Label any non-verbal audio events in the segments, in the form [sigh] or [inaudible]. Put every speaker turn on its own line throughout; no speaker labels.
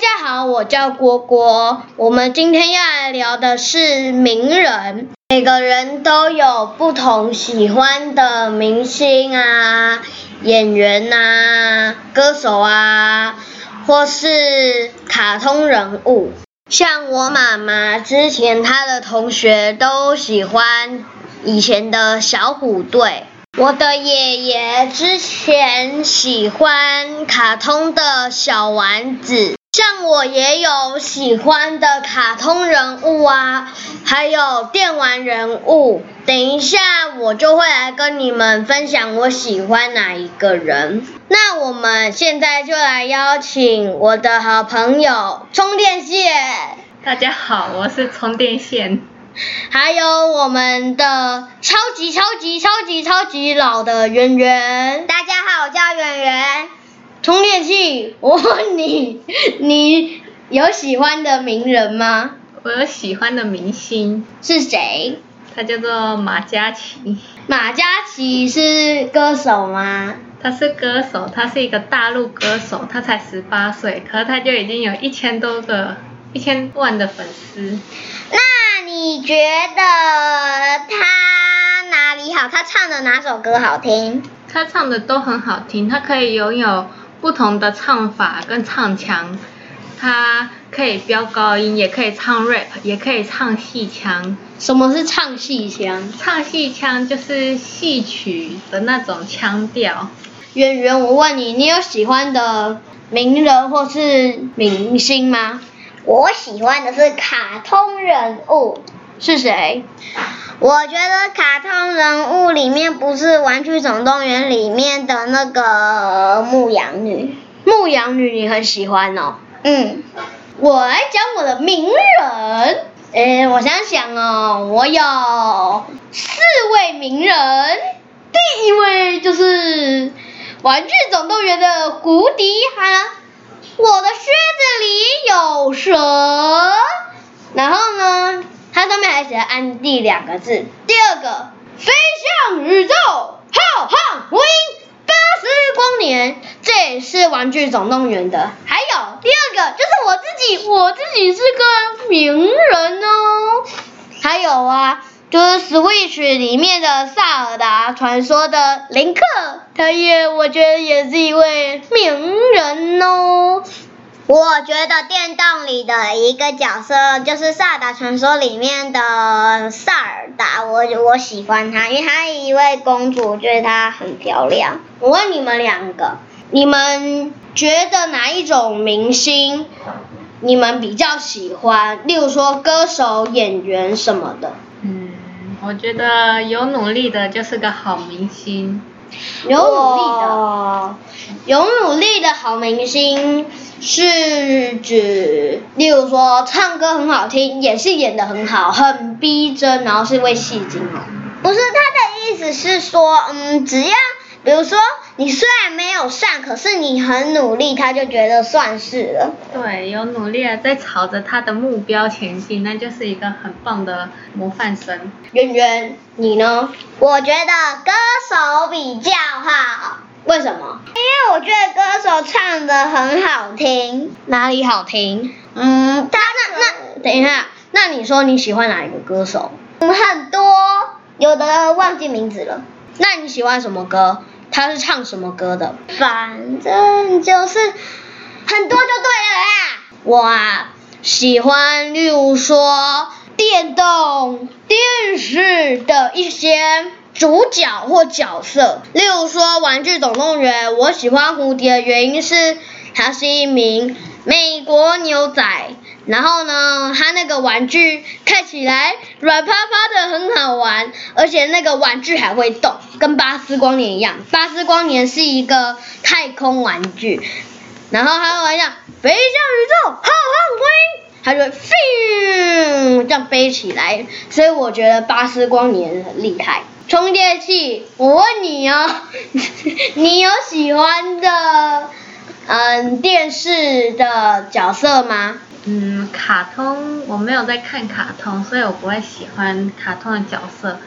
家好，我叫郭郭。我们今天要来聊的是名人，每个人都有不同喜欢的明星啊、演员啊、歌手啊，或是卡通人物。像我妈妈之前，她的同学都喜欢以前的小虎队。我的爷爷之前喜欢卡通的小丸子，像我也有喜欢的卡通人物啊，还有电玩人物。等一下我就会来跟你们分享我喜欢哪一个人。那我们现在就来邀请我的好朋友充电线，
大家好，我是充电线。
还有我们的超级超级超级超级老的圆圆。大家好，我叫圆圆。充电器，我问你，你有喜欢的名人吗？
我有喜欢的明星，
是谁？
他叫做马嘉祺，
马嘉祺是歌手吗？
他是歌手，他是一个大陆歌手，他才十八岁，可是他就已经有一千多个、一千万的粉丝。
那你觉得他哪里好？他唱的哪首歌好听？
他唱的都很好听，他可以拥有不同的唱法跟唱腔，他可以飙高音，也可以唱 rap，也可以唱戏腔。
什么是唱戏腔？
唱戏腔就是戏曲的那种腔调。
圆圆，我问你，你有喜欢的名人或是明星吗？
我喜欢的是卡通人物，
是谁？
我觉得卡通人物里面不是《玩具总动员》里面的那个牧羊女，
牧羊女，你很喜欢哦。
嗯，
我来讲我的名人，诶，我想想哦，我有四位名人，第一位就是《玩具总动员》的胡迪哈，我的靴子里有蛇，然后呢，它上面还写了“安迪”两个字。第二个，飞向宇宙，浩瀚无垠。巴斯光年，这也是《玩具总动员》的。还有第二个就是我自己，我自己是个名人哦。还有啊，就是 Switch 里面的萨尔达传说的林克，他也我觉得也是一位名人哦。
我觉得电动里的一个角色就是《萨达传说》里面的萨尔达，我我喜欢她，因为她是一位公主，我觉得她很漂亮。
我问你们两个，你们觉得哪一种明星你们比较喜欢？例如说歌手、演员什么的。
嗯，我觉得有努力的就是个好明星。
有努力的，有努力的好明星是指，例如说唱歌很好听，演戏演得很好，很逼真，然后是位戏精哦。
不是她的意思是说，嗯，只要比如说你虽然没有上，可是你很努力，她就觉得算是了。
对，有努力的在朝着他的目标前进，那就是一个很棒的模范生。
圆圆，你呢？
我觉得歌手比较好，
为什么？
因为我觉得歌手唱的很好听。
哪里好听？
嗯，他
那等一下，那你说你喜欢哪一个歌手？
那嗯很多，有的忘记名字了。
那你喜欢什么歌？他是唱什么歌的？
反正就是很多就对了啦。
我啊，喜欢，例如说电动电视的一些主角或角色，例如说《玩具总动员》，我喜欢蝴蝶的原因是他是一名美国牛仔。然后呢，他那个玩具看起来软趴趴的，很好玩，而且那个玩具还会动，跟巴斯光年一样。巴斯光年是一个太空玩具，然后他会这样飞向宇宙，浩瀚无垠，啊他就会飞这样飞起来。所以我觉得巴斯光年很厉害。充电器，我问你哦， [laughs] 你有喜欢的嗯电视的角色吗？
嗯，卡通我没有在看卡通，所以我不会喜欢卡通的角色。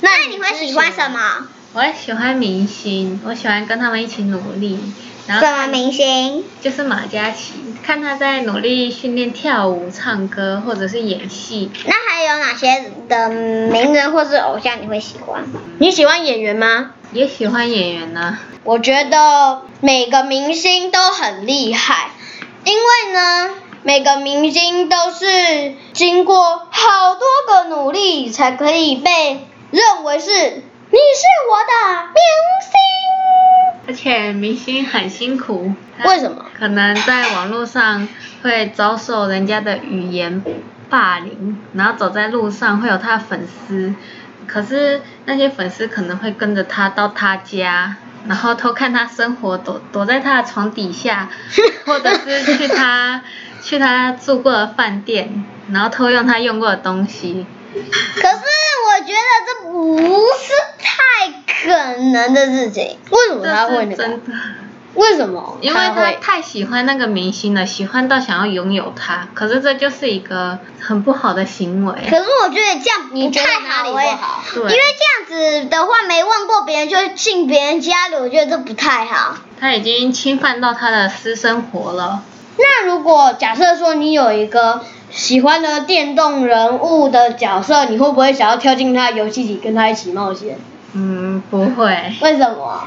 那
那你会喜欢什么？
我也喜欢明星，我喜欢跟他们一起努力，然后
什么明星？
就是马嘉祺，看他在努力训练跳舞、唱歌或者是演戏。
那还有哪些的名人或是偶像你会喜欢？
你喜欢演员吗？
也喜欢演员啊呢、
我觉得每个明星都很厉害，因为呢，每个明星都是经过好多个努力才可以被认为是你是我的明
而且明星很辛苦。
为什么？
可能在网络上会遭受人家的语言霸凌，然后走在路上会有他的粉丝，可是那些粉丝可能会跟着他到他家。然后偷看他生活，躲躲在他的床
[laughs]
底下，或者是去他去他住过的饭店，然后偷用他用过的东西。
可是我觉得这不是太可能的事情。为什么他会
这
那
是
个？
真的，
为什么？
因为他
会
太喜欢那个明星了，喜欢到想要拥有他。可是这就是一个很不好的行为。
可是我觉得这样不
你觉得
太
哪里
好
不
哎、
好？
对，
因为这样子的话，没问过别人就进别人家里，我觉得这不太好。
他已经侵犯到他的私生活了。
那如果假设说你有一个喜欢的电动人物的角色，你会不会想要跳进他的游戏里跟他一起冒险？
嗯，不会，
为什么？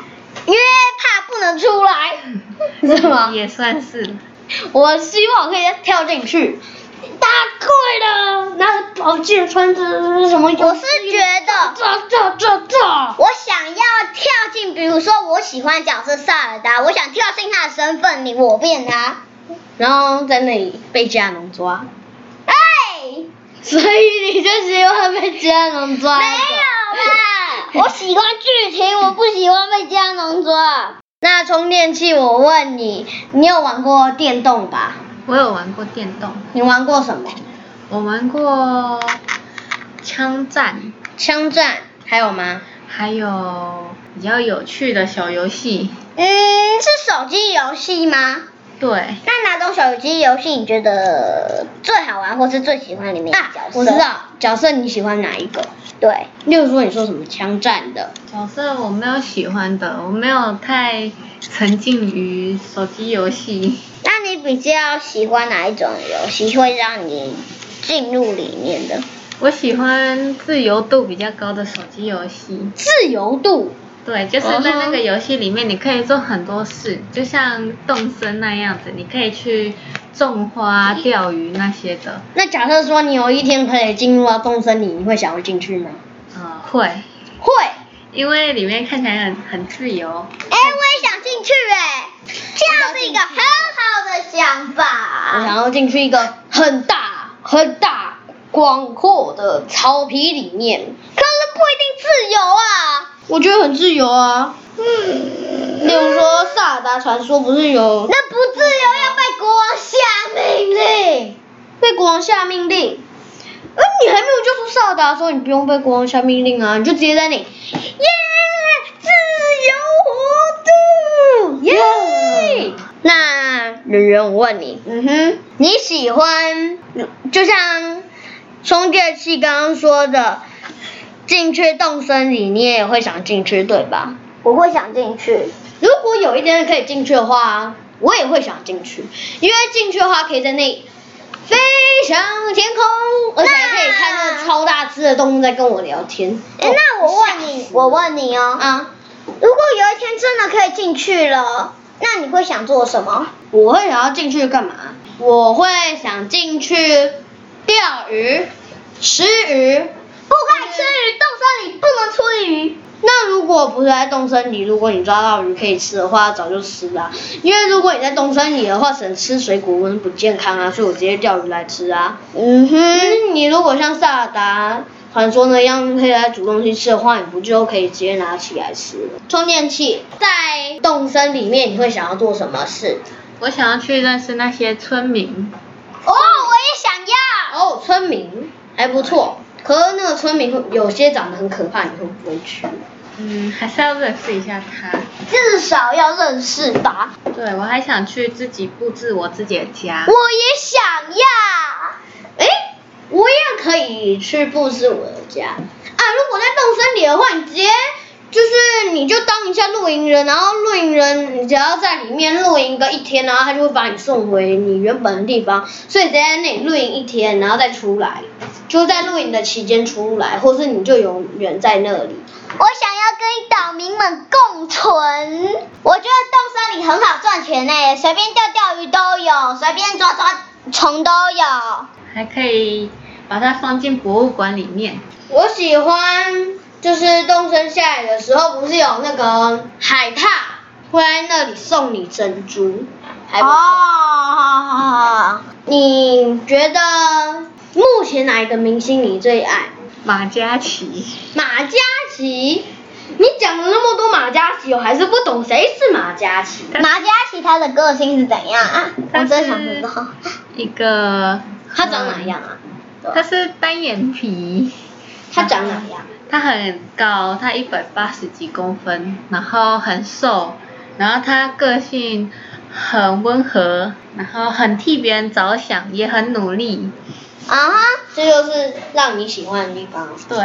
因为怕不能出来，
[laughs]
[laughs]
是吗？
也算是。
我希望我可以跳进去，大怪的，拿着宝剑穿着什么游戏？
我是觉得
这这这这，
我想要跳进，比如说我喜欢角色萨尔达，我想跳进他的身份里，我变他。
然后在那里被加农抓，
哎、
所以你就希望被加农抓走？
没有啦，我喜欢剧情，我不喜欢被加农抓。
那充电器，我问你，你有玩过电动吧？
我有玩过电动，
你玩过什么？
我玩过枪战，
枪战还有吗？
还有比较有趣的小游戏。
嗯，是手机游戏吗？
对，
那哪种手机游戏你觉得最好玩，或是最喜欢里面的角色？
啊我知，道角色你喜欢哪一个？
对，
例如说你说什么枪战的，
角色我没有喜欢的，我没有太沉浸于手机游戏。
那你比较喜欢哪一种游戏会让你进入里面的？
我喜欢自由度比较高的手机游戏。
自由度
对，就是在那个游戏里面，你可以做很多事，就像动森那样子，你可以去种花、钓鱼那些的。
那假设说你有一天可以进入到动森里，你会想要进去吗？
呃，会，
会。
因为里面看起来很很自由。
哎、我也想进去哎、这样是一个很好的想
我
法。
想要进去一个很大很大广阔的草皮里面，
可是不一定自由啊。
我觉得很自由啊。嗯。例如说《萨尔达传说》不是有
那不自由要被国王下命令。
被国王下命令？嗯，你还没有救出萨尔达的时候，你不用被国王下命令啊，你就直接在那里
耶，自由活动。
耶、那圆圆，我问你，
嗯哼，
你喜欢就像充电器刚刚说的，进去动森里，你也会想进去，对吧？
我会想进去。
如果有一天可以进去的话，我也会想进去，因为进去的话可以在那里飞翔天空，而且还可以看那个超大只的动物在跟我聊天。
哎、那我问你，我问你哦，
啊，
如果有一天真的可以进去了，那你会想做什么？
我会想要进去干嘛？我会想进去钓鱼、吃鱼。
不可以吃鱼，动森里不能出鱼。
那如果不是在东森里，如果你抓到鱼可以吃的话，早就吃了啊、因为如果你在东森里的话，省吃水果温不健康啊，所以我直接钓鱼来吃啊。
嗯哼，
嗯，你如果像萨尔达传说那样可以来煮东西吃的话，你不就可以直接拿起来吃了？充电器在动森里面，你会想要做什么事？
我想要去认识那些村民，
哦，我也想要。
哦，村民还不错，可是那个村民会有些长得很可怕，你会不会去？
嗯，还是要认识一下他。
至少要认识吧。
对，我还想去自己布置我自己的家。
我也想要。
诶，我也可以去布置我的家啊！如果在动森里的话，你直接
就是你就当一下露营人，然后露营人你只要在里面露营个一天，然后他就会把你送回你原本的地方，所以直接在那里露营一天，然后再出来，就在露营的期间出来，或是你就永远在那里。
我想要跟岛民们共存。我觉得动森里很好赚钱诶，随便钓钓鱼都有，随便抓抓虫都有。
还可以把它放进博物馆里面。
我喜欢就是动身下雨的时候，不是有那个海獭会在那里送你珍珠，还不错。
哦，
你觉得目前哪一个明星你最爱？
马嘉祺，
马嘉祺？你讲了那么多马嘉祺，我还是不懂谁是马嘉祺。
马嘉祺他的个性是怎样啊？我
他
真想知
是
道。
一个，
他长哪样啊？
他是单眼皮，
他长哪样？啊
他很高，他一百八十几公分，然后很瘦，然后他个性很温和，然后很替别人着想，也很努力。
啊哈，
这就是让你喜欢的地方。
对，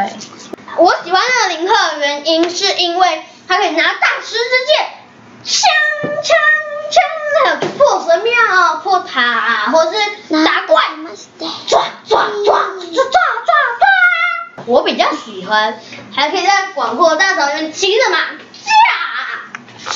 我喜欢那个林克的原因是因为他可以拿大师之剑，枪枪枪，还有破神庙、破塔、啊，或者是打怪，抓抓抓抓抓抓抓。我比较喜欢，还可以在广阔的大草原骑着马驾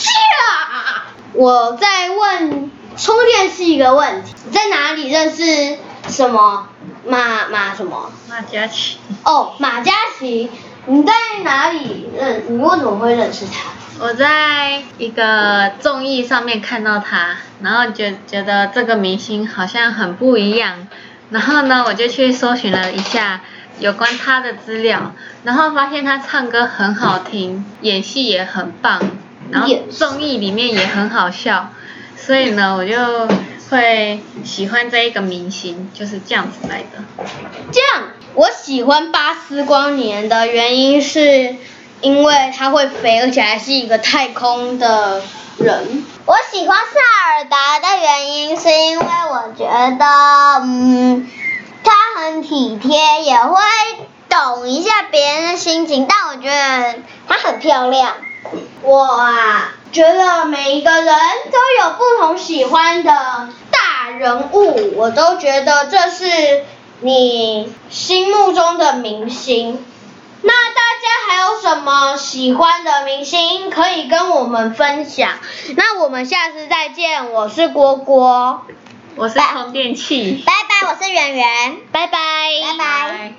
驾。我在问充电是一个问题，你在哪里认识什么马马什么？
马嘉祺，
哦，马嘉祺，你在哪里认？你为什么会认识他？
我在一个综艺上面看到他，然后觉觉得这个明星好像很不一样，然后呢，我就去搜寻了一下有关他的资料，然后发现他唱歌很好听，演戏也很棒，然后
演戏
综艺里面也很好笑，所以呢，我就会喜欢这一个明星，就是这样子来的。
这样，我喜欢巴斯光年的原因是因为他会飞，而且还是一个太空的人。
我喜欢萨尔达的原因是因为我觉得，嗯，他很体贴，也会懂一下别人的心情，但我觉得她很漂亮。
我啊，觉得每一个人都有不同喜欢的大人物，我都觉得这是你心目中的明星。那大家还有什么喜欢的明星可以跟我们分享？那我们下次再见，我是郭郭，
我是充电器，
拜拜，我是圆圆，
拜拜，
拜拜。